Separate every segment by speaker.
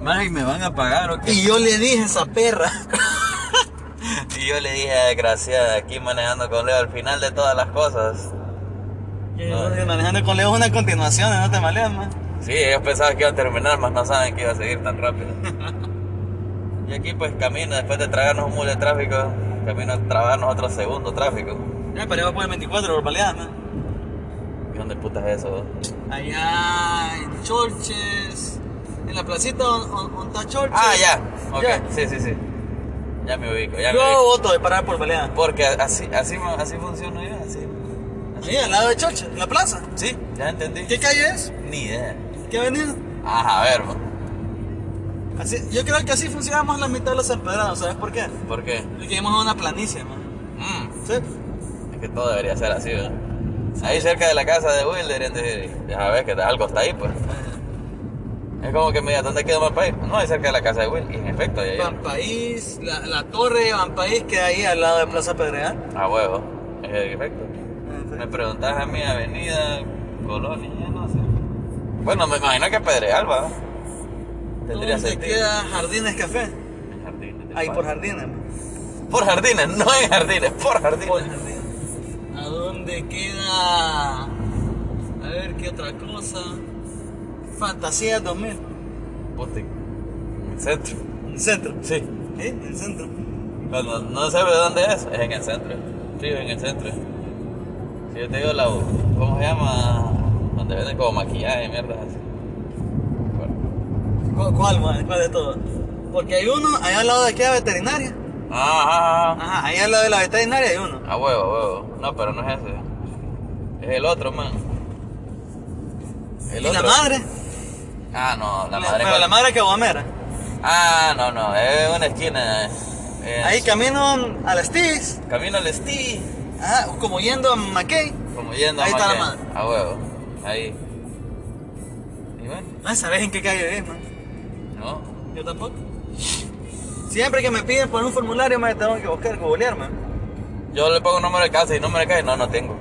Speaker 1: Más y me van a pagar o qué.
Speaker 2: Y yo le dije a esa perra.
Speaker 1: Y yo le dije, desgraciada, aquí manejando con Leo al final de todas las cosas.
Speaker 2: Que yo manejando con Leo es una continuación, ¿eh? no te maleas, man.
Speaker 1: Sí, ellos pensaban que iba a terminar, mas no saben que iba a seguir tan rápido. Y aquí pues camino, después de tragarnos un muro de tráfico, camino a tragarnos otro segundo tráfico.
Speaker 2: Ya, pero yo voy a poner 24 por baleadas, man.
Speaker 1: ¿Y dónde putas es eso?
Speaker 2: Allá en Chorches, en la placita donde está Chorches.
Speaker 1: Ah, ya, ok,
Speaker 2: Ya.
Speaker 1: sí, sí, sí. Ya me ubico, ya me
Speaker 2: Yo
Speaker 1: ubico.
Speaker 2: voto de parar por baleadas.
Speaker 1: Porque así, así, así funciona yo, así.
Speaker 2: Ahí al lado de Chorches, en la plaza.
Speaker 1: Sí, ya entendí.
Speaker 2: ¿Qué calle es?
Speaker 1: Ni idea.
Speaker 2: ¿Qué avenida?
Speaker 1: Ajá, a ver, man.
Speaker 2: Así, yo creo que así funcionamos la mitad de los empedrados, ¿sabes por qué?
Speaker 1: ¿por qué?
Speaker 2: Porque vivimos en una planicie, man.
Speaker 1: Mm.
Speaker 2: ¿Sí?
Speaker 1: Es que todo debería ser así, ¿verdad? Ahí cerca de la casa de Will deberían decir, ya ves que algo está ahí, pues. Es como que me diga, ¿dónde queda más país? No, es cerca de la casa de Will. Y en efecto, ahí hay
Speaker 2: Van
Speaker 1: uno.
Speaker 2: País, la, la torre de Van País que hay ahí al lado de Plaza Pedregal.
Speaker 1: A Ah, huevo. En efecto.
Speaker 2: Ah,
Speaker 1: Me preguntas a mi avenida, colonia, ya no sé. Bueno, me imagino que Pedregal, ¿va? Tendría
Speaker 2: ¿Dónde
Speaker 1: sentido.
Speaker 2: queda Jardines Café?
Speaker 1: En jardines del
Speaker 2: Ahí por
Speaker 1: parque.
Speaker 2: Jardines. man.
Speaker 1: Por jardines, no en jardines, por jardines.
Speaker 2: Por Jardines. Pues, ¿A dónde queda? A ver, ¿qué otra cosa? Fantasía 2000.
Speaker 1: Puta, En el centro.
Speaker 2: En el centro.
Speaker 1: Sí.
Speaker 2: ¿Eh? En el centro.
Speaker 1: Cuando Pues no sé de dónde es, es en el centro. Sí, es en el centro. Si yo te digo la. ¿Cómo se llama? Donde venden como maquillaje, mierda. Así. Bueno.
Speaker 2: ¿Cu- ¿Cuál, man? ¿Cuál de todos? Porque hay uno allá al lado de aquella veterinaria.
Speaker 1: Ah, ah,
Speaker 2: Ajá, ahí al lado de la veterinaria hay uno.
Speaker 1: ah. A huevo, a huevo. No, pero no es ese. Es el otro, man. El
Speaker 2: ¿Y la
Speaker 1: otro.
Speaker 2: madre?
Speaker 1: Ah, no, la madre.
Speaker 2: Pero la madre Caguamera.
Speaker 1: Ah, no, no, es una esquina. eh. Es-
Speaker 2: Ahí camino a las TIS,
Speaker 1: Camino al Esti.
Speaker 2: ajá, como yendo a McKay.
Speaker 1: Como yendo a
Speaker 2: Ahí está la
Speaker 1: Maquén. A huevo. Ahí. ¿Y bueno?
Speaker 2: No sabes en qué calle vives, man.
Speaker 1: No.
Speaker 2: Yo tampoco. Siempre que me piden por un formulario, me tengo que buscar, googlear, man.
Speaker 1: Yo le pongo un número de casa y número de calle no, no tengo.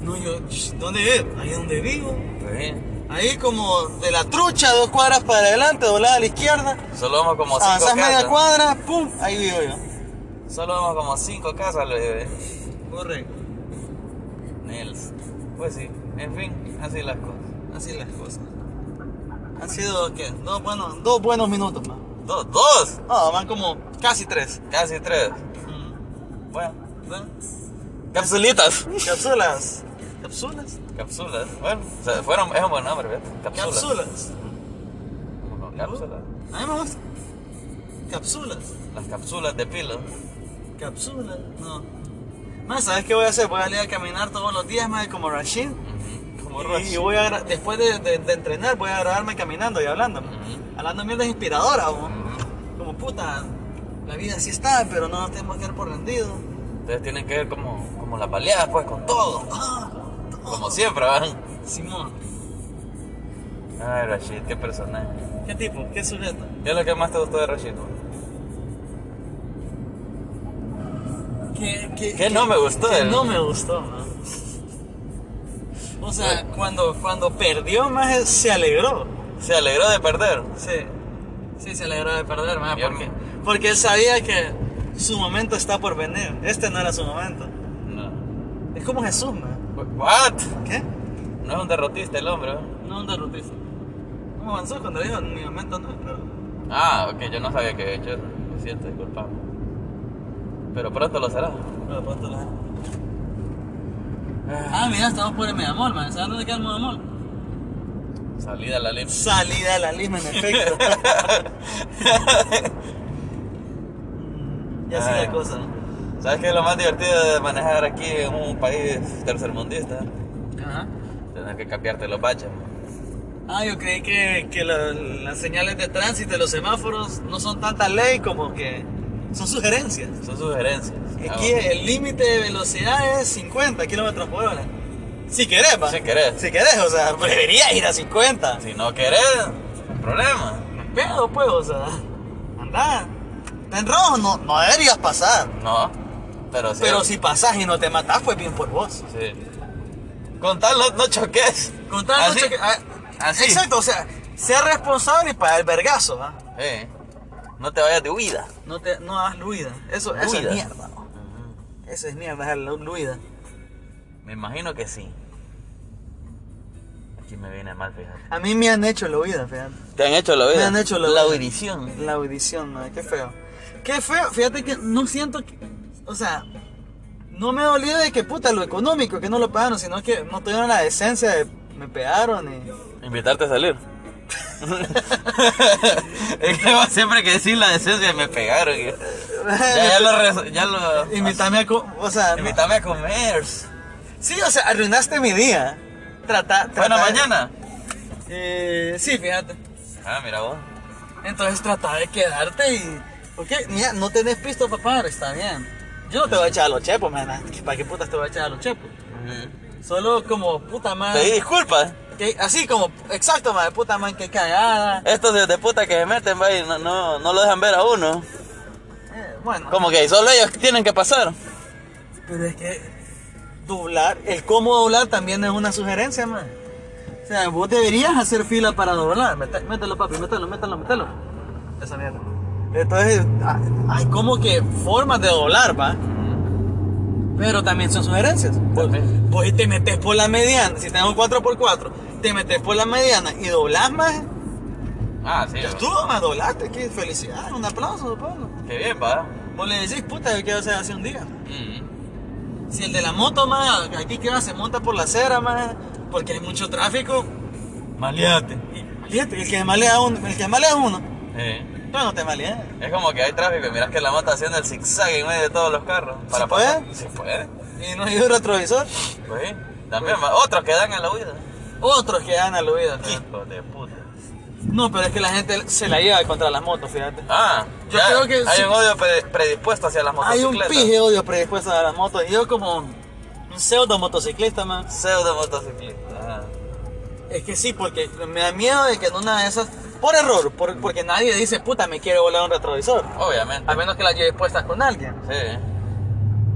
Speaker 2: No, yo, sh, ¿dónde vivo? Ahí donde vivo.
Speaker 1: Sí.
Speaker 2: Ahí como de la trucha, dos cuadras para adelante, doblada a la izquierda.
Speaker 1: Solo vamos como cinco
Speaker 2: Avanzás Ah, media
Speaker 1: casas.
Speaker 2: cuadra, pum, ahí vivo yo.
Speaker 1: Solo vamos como cinco casas, le bebé.
Speaker 2: Correcto.
Speaker 1: Nels. Pues sí, en fin, así las cosas.
Speaker 2: Así las cosas. Han sido, ¿qué? Dos buenos, dos buenos minutos, man.
Speaker 1: Dos, dos,
Speaker 2: No, van como casi tres.
Speaker 1: casi tres. Mm. Bueno,
Speaker 2: ¿verdad?
Speaker 1: capsulitas.
Speaker 2: Cápsulas. ¿Cápsulas?
Speaker 1: Capsulas, bueno, o sea, fueron, es un buen nombre, ¿ves? Capsulas.
Speaker 2: Cápsulas.
Speaker 1: Como cápsulas.
Speaker 2: A mí me gusta. Cápsulas.
Speaker 1: Las capsulas de pilo.
Speaker 2: Cápsulas. No. Más, ¿sabes qué voy a hacer? Voy a salir a caminar todos los días, más como Rashid.
Speaker 1: Como
Speaker 2: Y
Speaker 1: Rush.
Speaker 2: voy a gra- después de, de- de entrenar, voy a grabarme caminando y hablando. ma. Hablando mierdas inspiradoras, bo. Como puta, la vida así está, pero no nos tenemos que dar por rendido.
Speaker 1: Ustedes tienen que ver como, como las baleadas, pues, con todo.
Speaker 2: Ah,
Speaker 1: Como siempre, ¿verdad?
Speaker 2: Simón.
Speaker 1: Ay, Rashid, qué personaje.
Speaker 2: ¿Qué tipo? ¿Qué sujeto?
Speaker 1: ¿Qué es lo que más te gustó de Rashid?
Speaker 2: ¿Qué, qué,
Speaker 1: ¿Qué no me gustó
Speaker 2: que
Speaker 1: de él?
Speaker 2: no me gustó, man. O sea, cuando, cuando perdió, más se alegró.
Speaker 1: Se alegró de perder.
Speaker 2: Sí, sí, se alegró de perder, más
Speaker 1: Yo
Speaker 2: porque,
Speaker 1: no.
Speaker 2: porque él sabía que su momento está por venir. Este no era su momento.
Speaker 1: No.
Speaker 2: Es como Jesús, man.
Speaker 1: What?
Speaker 2: ¿Qué?
Speaker 1: No es un derrotista el hombre. ¿eh?
Speaker 2: No un derrotista. ¿Cómo avanzó cuando dijo mi momento no? Pero...
Speaker 1: Ah, ok, yo no sabía que he hecho eso. Lo siento, disculpa. Pero pronto lo será.
Speaker 2: Pero de pronto la... Ah, mira, estamos por el Medamol, man. ¿Sabes dónde queda el Medamol?
Speaker 1: Salida a la línea.
Speaker 2: Salida a la lima, en efecto. y así
Speaker 1: Ah.
Speaker 2: la cosa.
Speaker 1: ¿Sabes qué es lo más divertido de manejar aquí en un país tercermundista?
Speaker 2: Ajá.
Speaker 1: Tener que cambiarte los baches.
Speaker 2: Ah, yo creí que, que la- las señales de tránsito, los semáforos, no son tanta ley como que son sugerencias.
Speaker 1: Son sugerencias. Ah,
Speaker 2: Aquí
Speaker 1: bueno.
Speaker 2: el límite de velocidad es 50 kilómetros por hora. Si querés, va.
Speaker 1: Si querés.
Speaker 2: Si querés, o sea, pues deberías ir a 50.
Speaker 1: Si no querés, no hay problema.
Speaker 2: Pero pues, o sea, andá. Está en rojo, no, no deberías pasar.
Speaker 1: No. Pero si.
Speaker 2: Pero si pasas y no te matas, pues bien por vos.
Speaker 1: Sí. Con tal no, no choques.
Speaker 2: Con tal no
Speaker 1: Así-
Speaker 2: choque- ah,
Speaker 1: Así.
Speaker 2: Exacto, o sea, Sea responsable y para el vergazo, ¿ah?
Speaker 1: Eh, no te vayas de huida.
Speaker 2: No, te, no hagas luida. Eso, eso es
Speaker 1: Luida.
Speaker 2: mierda, ¿no? Eso es mierda, es la luida.
Speaker 1: Me imagino que sí. Aquí me viene mal, fíjate.
Speaker 2: A mí me han hecho la huida, fíjate.
Speaker 1: Te han hecho la
Speaker 2: Me han hecho la huida.
Speaker 1: audición.
Speaker 2: La audición, madre, qué feo. Qué feo, fíjate que no siento que- O sea, no me dolió de que puta lo económico, que no lo pagaron, sino que no tuvieron la decencia de me pegaron y.
Speaker 1: Invitarte a salir. es que vos siempre que decís la decencia me pegaron. y- Ya, ya lo. re- Ya lo
Speaker 2: Eh, Invítame a. co- O sea, no.
Speaker 1: invítame a comer.
Speaker 2: sí, o sea, arruinaste mi día. Trata.
Speaker 1: Bueno,
Speaker 2: trata-
Speaker 1: mañana.
Speaker 2: Eh, sí, fíjate.
Speaker 1: Ah, mira vos.
Speaker 2: Entonces trata de quedarte y. Ok, mira, no tenés pisto para pagar, está bien. Yo no te voy a echar a los chepos, man. ¿Para qué putas te voy a echar a los chepos? Solo como puta
Speaker 1: Pedí
Speaker 2: madre.
Speaker 1: disculpas.
Speaker 2: que- así como, exacto, madre, puta madre, que cagada.
Speaker 1: Estos hijos de puta que se meten, va, y no, no, no lo dejan ver a uno.
Speaker 2: Eh, bueno,
Speaker 1: Como que solo ellos tienen que pasar.
Speaker 2: pero es que doblar, el cómo doblar también es una sugerencia, madre. O sea, vos deberías hacer fila para doblar. Mete- Mételo, papi, mételo, mételo, mételo. Esa mierda. Entonces, ah, hay como que formas de doblar, va. Pero también son sugerencias. Vos,
Speaker 1: También.
Speaker 2: vos y te metes por la mediana, si tenés un 4x4, te metes por la mediana y doblás más.
Speaker 1: Ah, sí.
Speaker 2: Ya estuvo, más doblaste, qué felicidad, un aplauso, Pablo.
Speaker 1: Qué bien, va.
Speaker 2: Vos le decís, puta, yo quiero hacer así un día. Mm. Si el de la moto, más aquí que va, se monta por la acera, más porque hay mucho tráfico.
Speaker 1: Maleate.
Speaker 2: Y fíjate, el que malea uno, el que malea uno,
Speaker 1: Sí.
Speaker 2: tú no te maleas.
Speaker 1: Es como que hay tráfico y mirás que la moto haciendo el zigzag en medio de todos los carros.
Speaker 2: ¿Se puede?
Speaker 1: pasar. Se puede.
Speaker 2: Y no hay un retrovisor.
Speaker 1: Pues sí. También va. Otros que dan a la huida.
Speaker 2: Otros que dan a la huida, fíjate.
Speaker 1: Hijo de puta.
Speaker 2: No, pero es que la gente se la lleva contra las motos, fíjate.
Speaker 1: Ah,
Speaker 2: Yo
Speaker 1: ya
Speaker 2: creo que
Speaker 1: hay
Speaker 2: sí.
Speaker 1: un odio pre- predispuesto hacia las
Speaker 2: Hay un
Speaker 1: motocicletas.
Speaker 2: pije odio predispuesto a las motos. Y yo como un, un pseudo motociclista, man.
Speaker 1: Pseudo motociclista. Ah.
Speaker 2: Es que sí, porque me da miedo de que en una de esas, por error, por- porque nadie dice, puta, me quiere volar un retrovisor.
Speaker 1: Obviamente.
Speaker 2: A menos que la lleves puesta con alguien.
Speaker 1: Sí.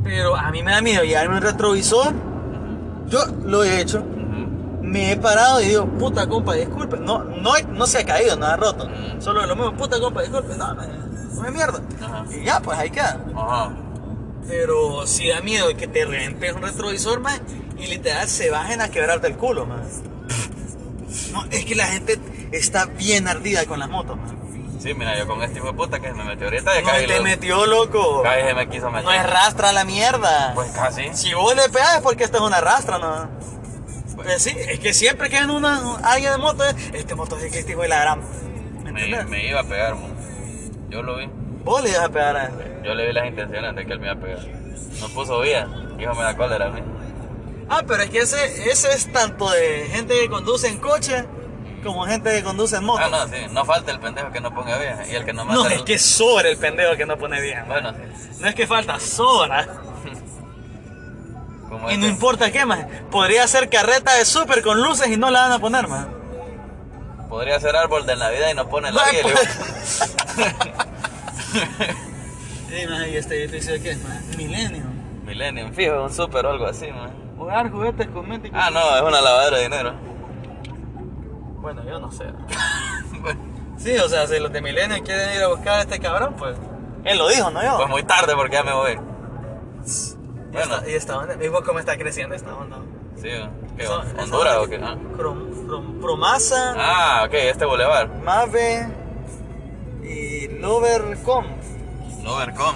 Speaker 2: Pero a mí me da miedo llevarme un retrovisor. Yo lo he hecho.
Speaker 1: Ujú.
Speaker 2: Me he parado y digo, puta compa, disculpe. No, no, no se ha caído, no ha roto.
Speaker 1: Mm.
Speaker 2: Solo lo mismo, puta compa, disculpe. No, me, me mierda.
Speaker 1: Ajá.
Speaker 2: Y ya, pues ahí queda.
Speaker 1: Ajá.
Speaker 2: Pero si da miedo que te rentes un retrovisor, más y literal se bajen a quebrarte el culo, más. No, es que la gente está bien ardida con las motos, man.
Speaker 1: Sí, mira, yo con este hijo de puta que me metió ahorita ya
Speaker 2: No
Speaker 1: caí.
Speaker 2: te
Speaker 1: loco.
Speaker 2: metió, loco.
Speaker 1: Caí, se me quiso meter.
Speaker 2: No es rastra la mierda.
Speaker 1: Pues casi.
Speaker 2: Si vos le pegas es porque esto es una rastra, ¿no? Pues sí, es que siempre que ven una, alguien de moto, es, este motociclista hijo de la gran. ¿Me
Speaker 1: Me,
Speaker 2: entiendes?
Speaker 1: me iba a pegar, mo. Yo lo vi.
Speaker 2: Vos le ibas a pegar a él.
Speaker 1: Yo le vi las intenciones de que él me iba a pegar. No puso vía. Hijo, me da cólera a mí.
Speaker 2: Ah, pero es que ese, ese es tanto de gente que conduce en coche como gente que conduce en moto.
Speaker 1: Ah, no, sí. No falta el pendejo que no ponga vía. Y el que no mata.
Speaker 2: No,
Speaker 1: el-
Speaker 2: es que sobra el pendejo que no pone bien.
Speaker 1: Bueno, sí.
Speaker 2: No es que falta, sobra.
Speaker 1: Como
Speaker 2: Y no
Speaker 1: este.
Speaker 2: importa qué más. Podría ser carreta de súper con luces y no la van a poner más.
Speaker 1: Podría ser árbol de Navidad y no pone la
Speaker 2: No,
Speaker 1: vía.
Speaker 2: pues. Sí, más, y este edificio qué es, más. Milenio.
Speaker 1: Millennium, fijo, un super o algo así, man.
Speaker 2: Jugar juguetes cosméticos.
Speaker 1: Ah, no, es una lavadora de dinero.
Speaker 2: Bueno, yo no sé. Sí, o sea, si los de Milenio quieren ir a buscar a este cabrón, pues. Él lo dijo, no yo.
Speaker 1: Pues muy tarde porque ya me voy.
Speaker 2: y, esta,
Speaker 1: bueno.
Speaker 2: y esta onda, ¿y vos cómo está creciendo esta onda?
Speaker 1: Sí, ¿qué?
Speaker 2: Esa- esa
Speaker 1: ¿Honduras
Speaker 2: onda
Speaker 1: o
Speaker 2: que-
Speaker 1: qué? Ah.
Speaker 2: Crom- Crom- Promasa,
Speaker 1: Ah, ok, este boulevard.
Speaker 2: Mave y Lovercom.
Speaker 1: Overcom.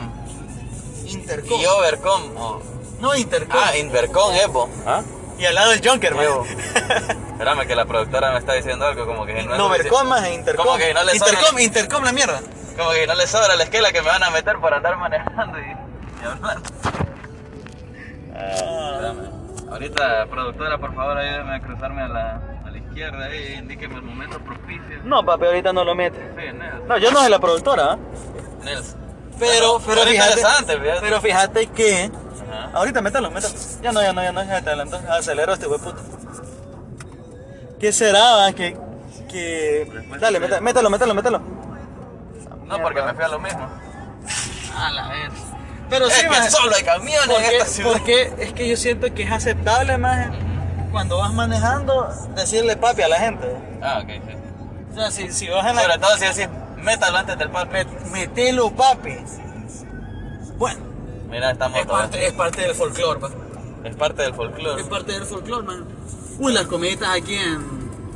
Speaker 2: Intercom.
Speaker 1: Y Overcom. oh.
Speaker 2: No, Intercom.
Speaker 1: Ah, Invercom, Evo. ¿Ah?
Speaker 2: y al lado del Junker, man.
Speaker 1: Evo. Espérame que la productora me está diciendo algo como que no es
Speaker 2: Lovercom
Speaker 1: suficiente.
Speaker 2: más e Intercom.
Speaker 1: Como que no le sobra-
Speaker 2: Intercom, Intercom la mierda.
Speaker 1: Como que no le sobra la esquela que me van a meter por andar manejando y, y hablando. Espérame. Ahorita, productora, por favor, ayúdeme a cruzarme a la, a la izquierda ahí, indíqueme el momento propicio.
Speaker 2: No, papi, ahorita no lo mete.
Speaker 1: Sí, Nels.
Speaker 2: No, yo no soy la productora, ¿ah?
Speaker 1: Nels.
Speaker 2: Pero, pero
Speaker 1: es
Speaker 2: fíjate,
Speaker 1: interesante, fíjate.
Speaker 2: pero fíjate que
Speaker 1: Ajá.
Speaker 2: Ahorita métalo, métalo. Ya no, ya no, ya no, ya te adelantó. Acelero este hueputo. ¿Qué será, va? Que. que... Dale, métalo, métalo, métalo, métalo.
Speaker 1: No, porque me fui a lo mismo.
Speaker 2: A la vez. Pero
Speaker 1: es
Speaker 2: sí,
Speaker 1: que
Speaker 2: más.
Speaker 1: solo hay camiones en esta
Speaker 2: Porque,
Speaker 1: ciudad.
Speaker 2: porque es que yo siento que es aceptable, más cuando vas manejando, decirle papi a la gente.
Speaker 1: Ah, ok, sí.
Speaker 2: O sea, si, si vas en la...
Speaker 1: Sobre todo si decís, métalo antes del parque.
Speaker 2: Metelo, papi. Bueno,
Speaker 1: Mira, estamos
Speaker 2: es parte, es parte del folclore, pa.
Speaker 1: Es parte del
Speaker 2: Es
Speaker 1: folclore.
Speaker 2: parte del folclore, man. Uy, las comiditas aquí en...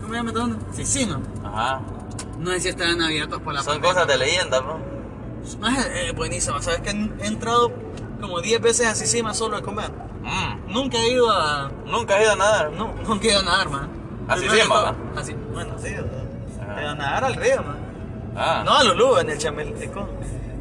Speaker 2: ¿Cómo se llama esta onda? Sicino.
Speaker 1: Ajá.
Speaker 2: No sé si estaban abiertos por la
Speaker 1: Son
Speaker 2: pandemia.
Speaker 1: cosas de leyenda, ¿no?
Speaker 2: Maje, eh, buenísimo, sabes que he entrado como 10 veces a Sicima solo a comer.
Speaker 1: Mm,
Speaker 2: Nunca he ido a.
Speaker 1: Nunca he ido a nadar.
Speaker 2: No, nunca he ido a nadar, man.
Speaker 1: A
Speaker 2: Primero
Speaker 1: Sisima,
Speaker 2: que todo- Así, bueno, sí,
Speaker 1: Ajá.
Speaker 2: ¿verdad? Pero a nadar al río, man.
Speaker 1: Ah.
Speaker 2: No a Lulú, en el Chamel Tecón.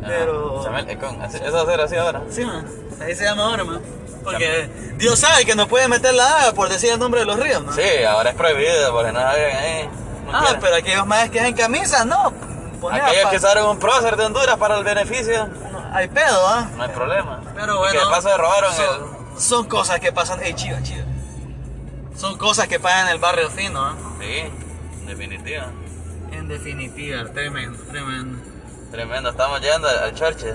Speaker 1: Ah,
Speaker 2: Pero.
Speaker 1: Chamel Econ. Así- Eso va a ser así ahora.
Speaker 2: Sí, man. Ahí se llama ahora, man. Porque Dios sabe que no puede meter la daga por decir el nombre de los ríos, man.
Speaker 1: Sí, ahora es prohibido porque no sabían ahí. No
Speaker 2: ah,
Speaker 1: quieren.
Speaker 2: pero aquellos más que en camisa, no. Poné a
Speaker 1: Aquellos
Speaker 2: pa-
Speaker 1: que usaron un prócer de Honduras para el beneficio,
Speaker 2: no, Hay pedo, ¿ah?
Speaker 1: no hay problema.
Speaker 2: Pero
Speaker 1: Y
Speaker 2: bueno.
Speaker 1: Que de paso se robaron el.
Speaker 2: son, son cosas que pasan. Ey, chido, chido. Son cosas que pasan en el barrio fino, ¿ah?
Speaker 1: Sí, en definitiva.
Speaker 2: En definitiva, tremendo, tremendo.
Speaker 1: Tremendo, estamos llegando al, al Churchill.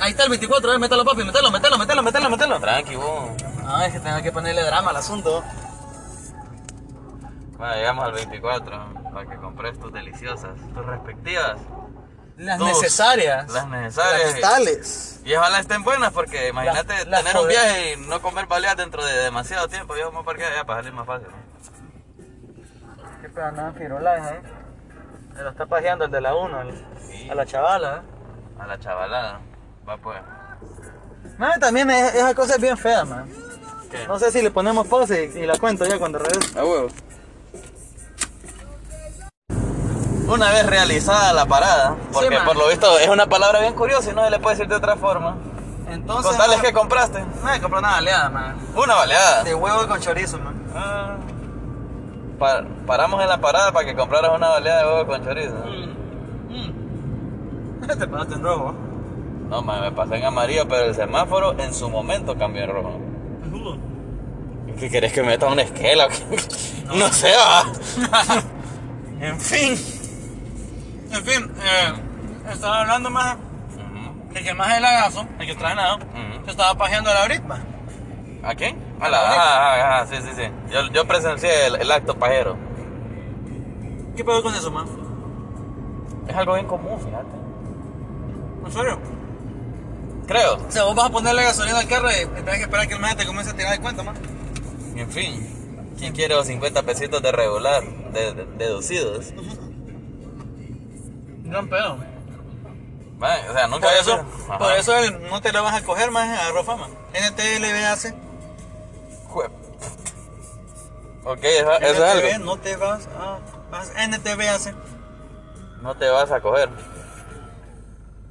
Speaker 2: Ahí está el 24, eh, métalo papi, mételo, mételo, mételo, mételo, mételo.
Speaker 1: Tranqui, boom.
Speaker 2: Ah, es que tengo que ponerle drama al asunto.
Speaker 1: Bueno, llegamos al 24 para que compres tus deliciosas, tus respectivas.
Speaker 2: Las
Speaker 1: Dos.
Speaker 2: necesarias.
Speaker 1: Las necesarias.
Speaker 2: Las vitales.
Speaker 1: Y ojalá estén buenas porque imagínate
Speaker 2: Las- las
Speaker 1: tener un
Speaker 2: joder-
Speaker 1: viaje y no comer baleadas dentro de demasiado tiempo. Yo me voy a parquear allá para salir más fácil.
Speaker 2: Qué pedo, nada, firulaje, eh. Me lo está pajeando el de la 1,
Speaker 1: Sí.
Speaker 2: a la chavala, eh.
Speaker 1: A la chavalada. Va pues.
Speaker 2: Mami, también es- esa cosa es bien fea, man.
Speaker 1: ¿Qué?
Speaker 2: No sé si le ponemos pause y, y la cuento ya cuando regrese.
Speaker 1: A huevo. Una vez realizada la parada, porque
Speaker 2: man.
Speaker 1: por lo visto es una palabra bien curiosa y no se le puede decir de otra forma.
Speaker 2: Entonces.
Speaker 1: Con tales
Speaker 2: man,
Speaker 1: que compraste.
Speaker 2: No me compró nada baleada, man.
Speaker 1: Una baleada.
Speaker 2: De huevo con chorizo, man.
Speaker 1: Ah. Pa- paramos en la parada para que compraras una baleada de huevo con chorizo. Mm,
Speaker 2: Te pasaste en rojo.
Speaker 1: No, man, me pasé en amarillo, pero el semáforo en su momento cambió en rojo. ¿Qué querés que meta una esquela? o qué? no sé, va.
Speaker 2: en fin. En fin, eh, estaba hablando más
Speaker 1: Ujú.
Speaker 2: de que más el agazo, el que trae nada,
Speaker 1: Ujú.
Speaker 2: se estaba pajeando a la britma.
Speaker 1: ¿A quién? A la. Ajá, ajá, ajá, sí, sí, sí. Yo, yo presencié el, el acto pajero.
Speaker 2: ¿Qué pedo con eso, man?
Speaker 1: Es algo bien común, fíjate.
Speaker 2: ¿En serio?
Speaker 1: Creo.
Speaker 2: O sea, vos vas a ponerle gasolina al carro y tenés que esperar que el maje te comience a tirar de cuenta, man.
Speaker 1: En fin. ¿Quién quiere los 50 pesitos de regular, de, de- deducidos?
Speaker 2: Gran pedo.
Speaker 1: Man, o sea, nunca
Speaker 2: Por
Speaker 1: había
Speaker 2: eso,
Speaker 1: sido- Ajá.
Speaker 2: por eso el- no te lo vas a coger, más agarró fama. NTLB hace.
Speaker 1: Jue- Ok, eso, eso es
Speaker 2: NTV,
Speaker 1: algo.
Speaker 2: No te vas a. vas- NTV hace.
Speaker 1: No te vas a coger.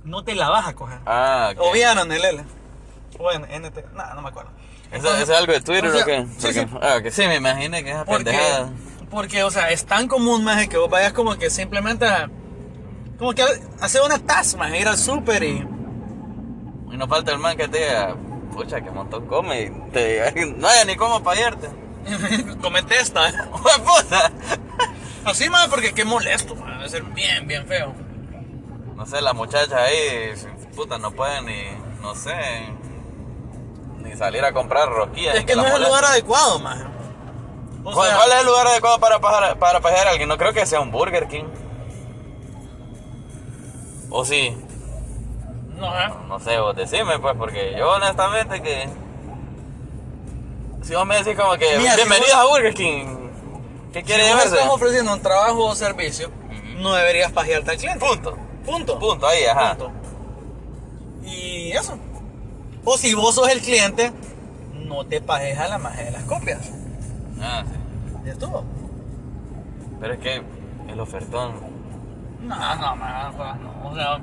Speaker 2: No te la vas a coger.
Speaker 1: Ah, ok.
Speaker 2: Obviaron el L. Bueno, NT. Nada, no me acuerdo.
Speaker 1: ¿Eso, eso es algo de Twitter
Speaker 2: o sea,
Speaker 1: o qué?
Speaker 2: sí,
Speaker 1: Porque-
Speaker 2: sí.
Speaker 1: Ah, que sí, me imaginé que esa
Speaker 2: Porque,
Speaker 1: pendejada.
Speaker 2: porque, o sea, es tan común, maje, que vos vayas como que simplemente a- Como que a- hacer una task, maje, ir al súper y...
Speaker 1: Y no falta el man que te diga, pucha, que montón come y te diga, no hay ni cómo para irte.
Speaker 2: comete esta.
Speaker 1: ¡Jue puta!
Speaker 2: Así, maje, porque qué molesto, maje, va a ser bien, bien feo.
Speaker 1: No sé, las muchachas ahí, puta, no pueden ni, no sé, ni salir a comprar rosquillas.
Speaker 2: es que no es el lugar adecuado, maje. O
Speaker 1: ¿Cuál,
Speaker 2: sea,
Speaker 1: cuál es el lugar adecuado para pajar, para pajear a alguien? No creo que sea un Burger King. ¿O sí?
Speaker 2: No, eh.
Speaker 1: No sé, vos decime pues, porque yo honestamente que... Si vos me decís como que,
Speaker 2: Mira, si
Speaker 1: bienvenidos
Speaker 2: vos-
Speaker 1: a Burger King, ¿qué quiere
Speaker 2: Si vos
Speaker 1: llevarse?
Speaker 2: estás ofreciendo un trabajo o servicio,
Speaker 1: Ujú.
Speaker 2: no deberías pajearte al cliente.
Speaker 1: Punto.
Speaker 2: Punto.
Speaker 1: Punto, ahí, ajá.
Speaker 2: Punto. Y eso. O si vos sos el cliente, no te pajes a la magia de las copias.
Speaker 1: Ah, sí.
Speaker 2: Ya estuvo.
Speaker 1: Pero es que el ofertón...
Speaker 2: No, no, ma, pa, no. O sea,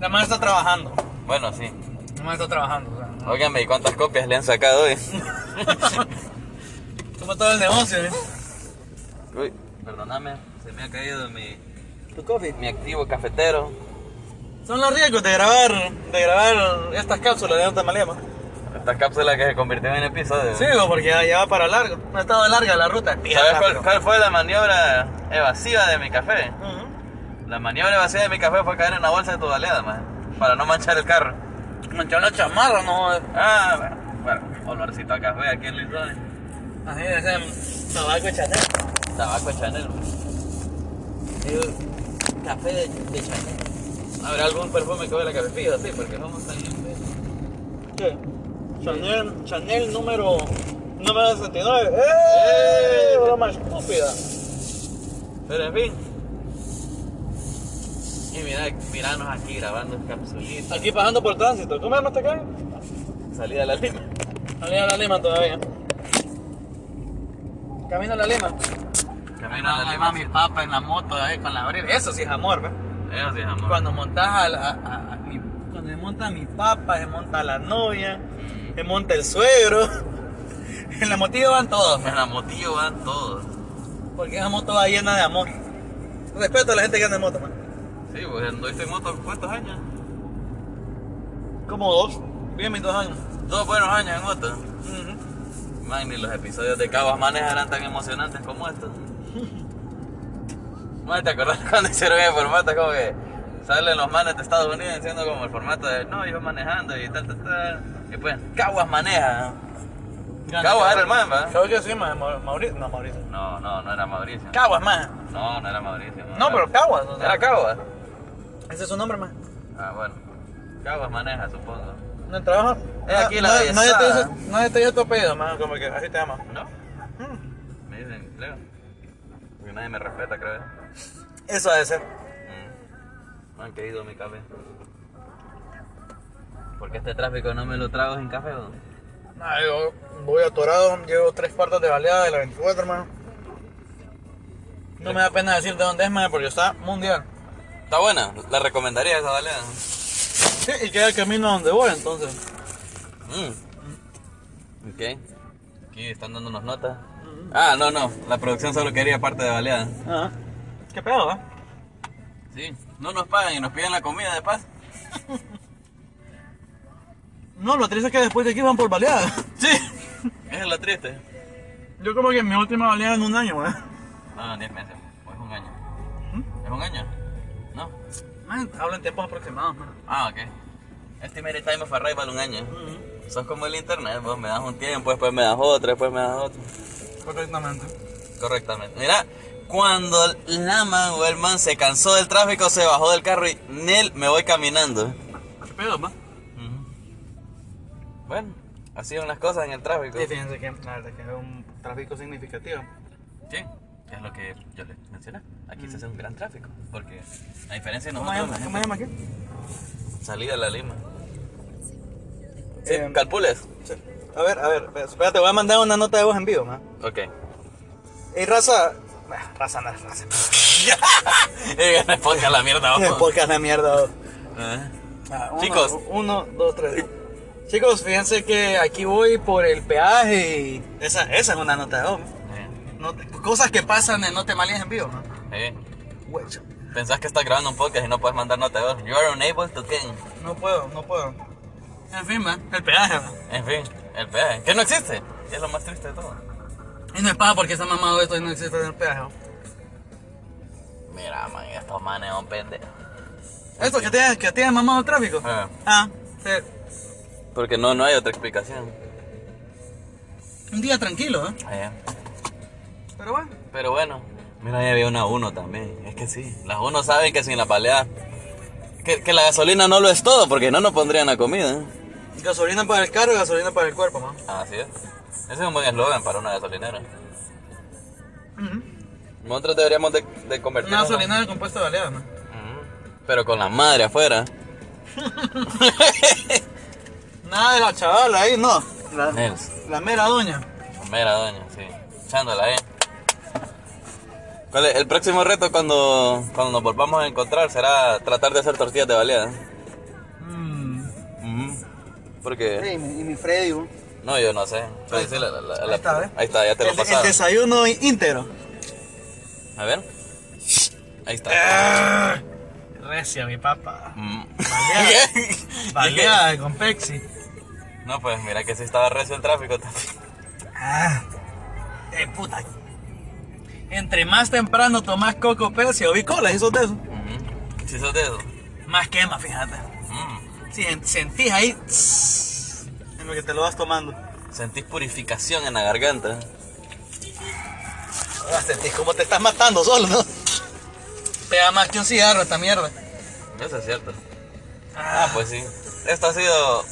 Speaker 2: la madre está trabajando.
Speaker 1: Bueno, sí.
Speaker 2: La madre está trabajando. O sea, no.
Speaker 1: Óigame, ¿y cuántas copias le han sacado hoy?
Speaker 2: Toma todo el negocio, ¿eh?
Speaker 1: Uy, perdóname, se me ha caído mi,
Speaker 2: Tu coffee.
Speaker 1: mi activo cafetero.
Speaker 2: Son los riesgos de grabar, de grabar estas cápsulas de Alta Malema.
Speaker 1: Esta cápsula que se convirtió en episodio.
Speaker 2: Sí, bo, porque ya, ya va para largo. No ha estado larga la ruta.
Speaker 1: ¿Sabes cuál, cuál fue la maniobra evasiva de mi café?
Speaker 2: Ujú.
Speaker 1: La maniobra evasiva de mi café fue caer en la bolsa de tu baleada, man, para no manchar el carro.
Speaker 2: Manchó la chamarra, no joder.
Speaker 1: Ah, bueno, bueno, olorcito a café aquí en Luis Robles.
Speaker 2: Así es, em, tabaco y chatel.
Speaker 1: Tabaco Chanel. man. Digo, café de, de Chanel. Habrá algún perfume que huela a café fijo, sí, porque somos tan
Speaker 2: ¿Qué? Chanel, Chanel número, número 69. ¡Eh! Broma estúpida.
Speaker 1: Pero en fin. Y mira, miranos aquí grabando capsulitas.
Speaker 2: Aquí pasando por tránsito. ¿Cómo este llamas acá?
Speaker 1: Salida de la lima.
Speaker 2: Camina a la Lima todavía. Camino a la Lima.
Speaker 1: Camino a la
Speaker 2: Ahí
Speaker 1: lima.
Speaker 2: va mi papa en la moto ahí con la breve. Eso sí es amor, ¿ve?
Speaker 1: Eso sí, amor.
Speaker 2: Cuando montas a, la- a- a- a mi- cuando se monta mi papa, se monta la novia, se monta el suegro. En la motilla van todos,
Speaker 1: En la motillo van todos.
Speaker 2: porque esa moto va llena de amor. Respeto a la gente que anda en moto, man.
Speaker 1: Sí, pues anduviste en moto cuántos años.
Speaker 2: Como dos. Bien, mis dos años.
Speaker 1: Dos buenos años en moto.
Speaker 2: Ujú.
Speaker 1: Man, ni los episodios de Cabas Maneja eran tan emocionantes como estos. Man, ¿te acordás cuando hicieron el formato? Como que salen los manes de Estados Unidos diciendo como el formato de no, yo manejando y tal, tal, tal. Y pues, Caguas maneja. Caguas era el man, ¿va?
Speaker 2: Creo que sí, man. Mau- Mauricio. No, Mauricio.
Speaker 1: No, no, no era Mauricio.
Speaker 2: Caguas, man.
Speaker 1: No, no era Mauricio.
Speaker 2: No, pero Caguas. o sea,
Speaker 1: ¿Era Caguas?
Speaker 2: ese es su nombre, man.
Speaker 1: Ah, bueno. Caguas maneja, supongo.
Speaker 2: En el trabajo.
Speaker 1: Es aquí la
Speaker 2: nadie, nadie te
Speaker 1: bellezada.
Speaker 2: dice, nadie te dice tu apellido, man. Como que así te llamas.
Speaker 1: ¿No?
Speaker 2: Mm.
Speaker 1: Me dicen, Leo. Porque nadie me respeta, creo.
Speaker 2: Eso ha de ser.
Speaker 1: Mm. Me han querido mi café. Porque este tráfico no me lo trago sin café, ¿o?
Speaker 2: Ah, yo voy atorado, llevo tres cuartos de baleada de la 24, hermano. No me da pena decir de dónde es, man, porque está mundial.
Speaker 1: Está buena, la recomendaría esa baleada.
Speaker 2: Sí, y queda el camino a donde voy, entonces.
Speaker 1: Mm. Ok. Aquí están dándonos notas. Ah, no, no. La producción solo quería parte de baleada.
Speaker 2: Ajá. ¿Qué pedo, eh?
Speaker 1: Sí. No nos pagan y nos piden la comida de paz.
Speaker 2: No, lo triste es que después de aquí van por baleada.
Speaker 1: Sí. Eso es lo triste.
Speaker 2: Yo como que mi última baleada en un año, man.
Speaker 1: No, no, 10 meses. O es un año. ¿Es un año? No.
Speaker 2: Man, hablo en tiempos aproximados, man.
Speaker 1: Ah, ok. Estimated time of arrival un año.
Speaker 2: Mm-hmm.
Speaker 1: Sos como el internet, vos me das un tiempo, después me das otro, después me das otro.
Speaker 2: Correctamente.
Speaker 1: Correctamente. Mira, cuando la man o el man se cansó del tráfico, se bajó del carro y Nel me voy caminando.
Speaker 2: ¿Qué pedo, man?
Speaker 1: Bueno, así son las cosas en el tráfico.
Speaker 2: Sí, fíjense que la verdad que es un tráfico significativo.
Speaker 1: Sí, es lo que yo les mencioné. Aquí se hace un gran tráfico, porque a diferencia de
Speaker 2: ¿Cómo se
Speaker 1: nosotros,
Speaker 2: llama?
Speaker 1: la
Speaker 2: ¿Cómo
Speaker 1: gente
Speaker 2: se llama aquí?
Speaker 1: salida de la Lima. Sí,
Speaker 2: Eh,
Speaker 1: calcules.
Speaker 2: Sí. A ver, a ver, espérate, voy a mandar una nota de voz en vivo, man.
Speaker 1: Ok.
Speaker 2: Ey, raza. Ah, Raza no es raza.
Speaker 1: Eh, me ponga la mierda.
Speaker 2: Es
Speaker 1: ojo.
Speaker 2: podcast la mierda. vos.
Speaker 1: Ah.
Speaker 2: Ah, uno,
Speaker 1: Chicos.
Speaker 2: Uno, dos, tres. Chicos, fíjense que aquí voy por el peaje y. Esa, esa es una nota de voz.
Speaker 1: Eh,
Speaker 2: No te- cosas que pasan en No Te Malías en vivo. ¿no?
Speaker 1: eh.
Speaker 2: Guacho.
Speaker 1: Pensás que estás grabando un podcast y no puedes mandar nota de voz. You are unable to king.
Speaker 2: No puedo, no puedo. En fin, man, el peaje. man.
Speaker 1: En fin, el peaje. Que no existe. Es lo más triste de todo.
Speaker 2: Y no es paja porque está mamado esto y no existe el peaje. ¿no?
Speaker 1: Mira, man, estos manes son pendejos.
Speaker 2: ¿Esto que tiene, que tiene mamado el tráfico?
Speaker 1: Ah.
Speaker 2: Ah, sí.
Speaker 1: Porque no, no hay otra explicación.
Speaker 2: Un día tranquilo, ¿eh?
Speaker 1: Ah, ya.
Speaker 2: Pero bueno.
Speaker 1: Pero bueno, mira, ahí había una uno también. Es que sí, las uno saben que sin la paleada. Que, que la gasolina no lo es todo, porque no nos pondrían la comida. ¿eh?
Speaker 2: Gasolina para el carro y gasolina para el cuerpo, man.
Speaker 1: Así es. Ese es un buen eslogan para una gasolinera.
Speaker 2: Ujú.
Speaker 1: Nosotros deberíamos de, de
Speaker 2: Una
Speaker 1: convertirnos en-
Speaker 2: gasolina de compuesto de baleada, man.
Speaker 1: Ujú. Pero con la madre afuera.
Speaker 2: Nada de la chavala ahí, no. La,
Speaker 1: Nels.
Speaker 2: la mera doña.
Speaker 1: Mera doña, sí. Echándola, eh. ¿Cuál es? El próximo reto cuando, cuando nos volvamos a encontrar será tratar de hacer tortillas de baleada.
Speaker 2: Mm.
Speaker 1: Ujú. Porque.
Speaker 2: y, mi, y mi Freddy, bu.
Speaker 1: No, yo no sé. Pero sí, la- la- la-
Speaker 2: Ahí
Speaker 1: la-
Speaker 2: está, ¿eh? ¿ves?
Speaker 1: ahí está, ya te
Speaker 2: el,
Speaker 1: lo
Speaker 2: el
Speaker 1: pasaron.
Speaker 2: desayuno íntegro.
Speaker 1: A ver. Ahí
Speaker 2: Ah.
Speaker 1: está.
Speaker 2: Recia, mi papá.
Speaker 1: Mm.
Speaker 2: Baleada con Pepsi.
Speaker 1: No, pues mira que sí estaba recio el tráfico también.
Speaker 2: Ah, eh, puta. Entre más temprano tomás Coco Pepsi o bicola, eso de eso.
Speaker 1: Ujú. Sí, sos de esos.
Speaker 2: Más quema, fíjate.
Speaker 1: Mm.
Speaker 2: Si en- sentís ahí. tss, En lo que te lo vas tomando.
Speaker 1: Sentís purificación en la garganta.
Speaker 2: Ah, Sentís como te estás matando solo, ¿no? Pega más que un cigarro esta mierda.
Speaker 1: Eso es cierto. Ah, pues sí. Esto ha sido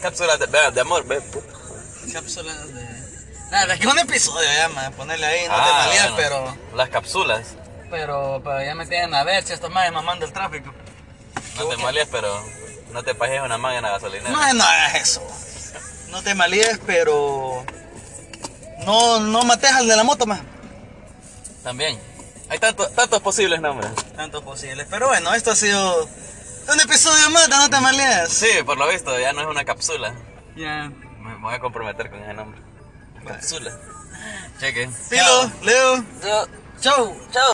Speaker 1: cápsulas de, de amor, ve. puta.
Speaker 2: Cápsulas de. Nada, es que es un episodio ya, man. Ponerle ahí, no
Speaker 1: Ah,
Speaker 2: te malías,
Speaker 1: bueno. Las cápsulas.
Speaker 2: pero, pero. Pero ya me tienen a ver si estos más mamando el tráfico.
Speaker 1: No te malías, pero no te pajes una manga en la gasolinera.
Speaker 2: No, no hagas eso. No te malíes, pero. No, no mates al de la moto, más.
Speaker 1: También. Hay tanto- tantos posibles nombres.
Speaker 2: Tanto posible. Pero bueno, esto ha sido un episodio más de No te malías.
Speaker 1: Sí, por lo visto, ya no es una cápsula.
Speaker 2: Ya.
Speaker 1: Me me voy a comprometer con ese nombre. Cápsula. Cheque.
Speaker 2: Pilo, Leo. Chau. Chau.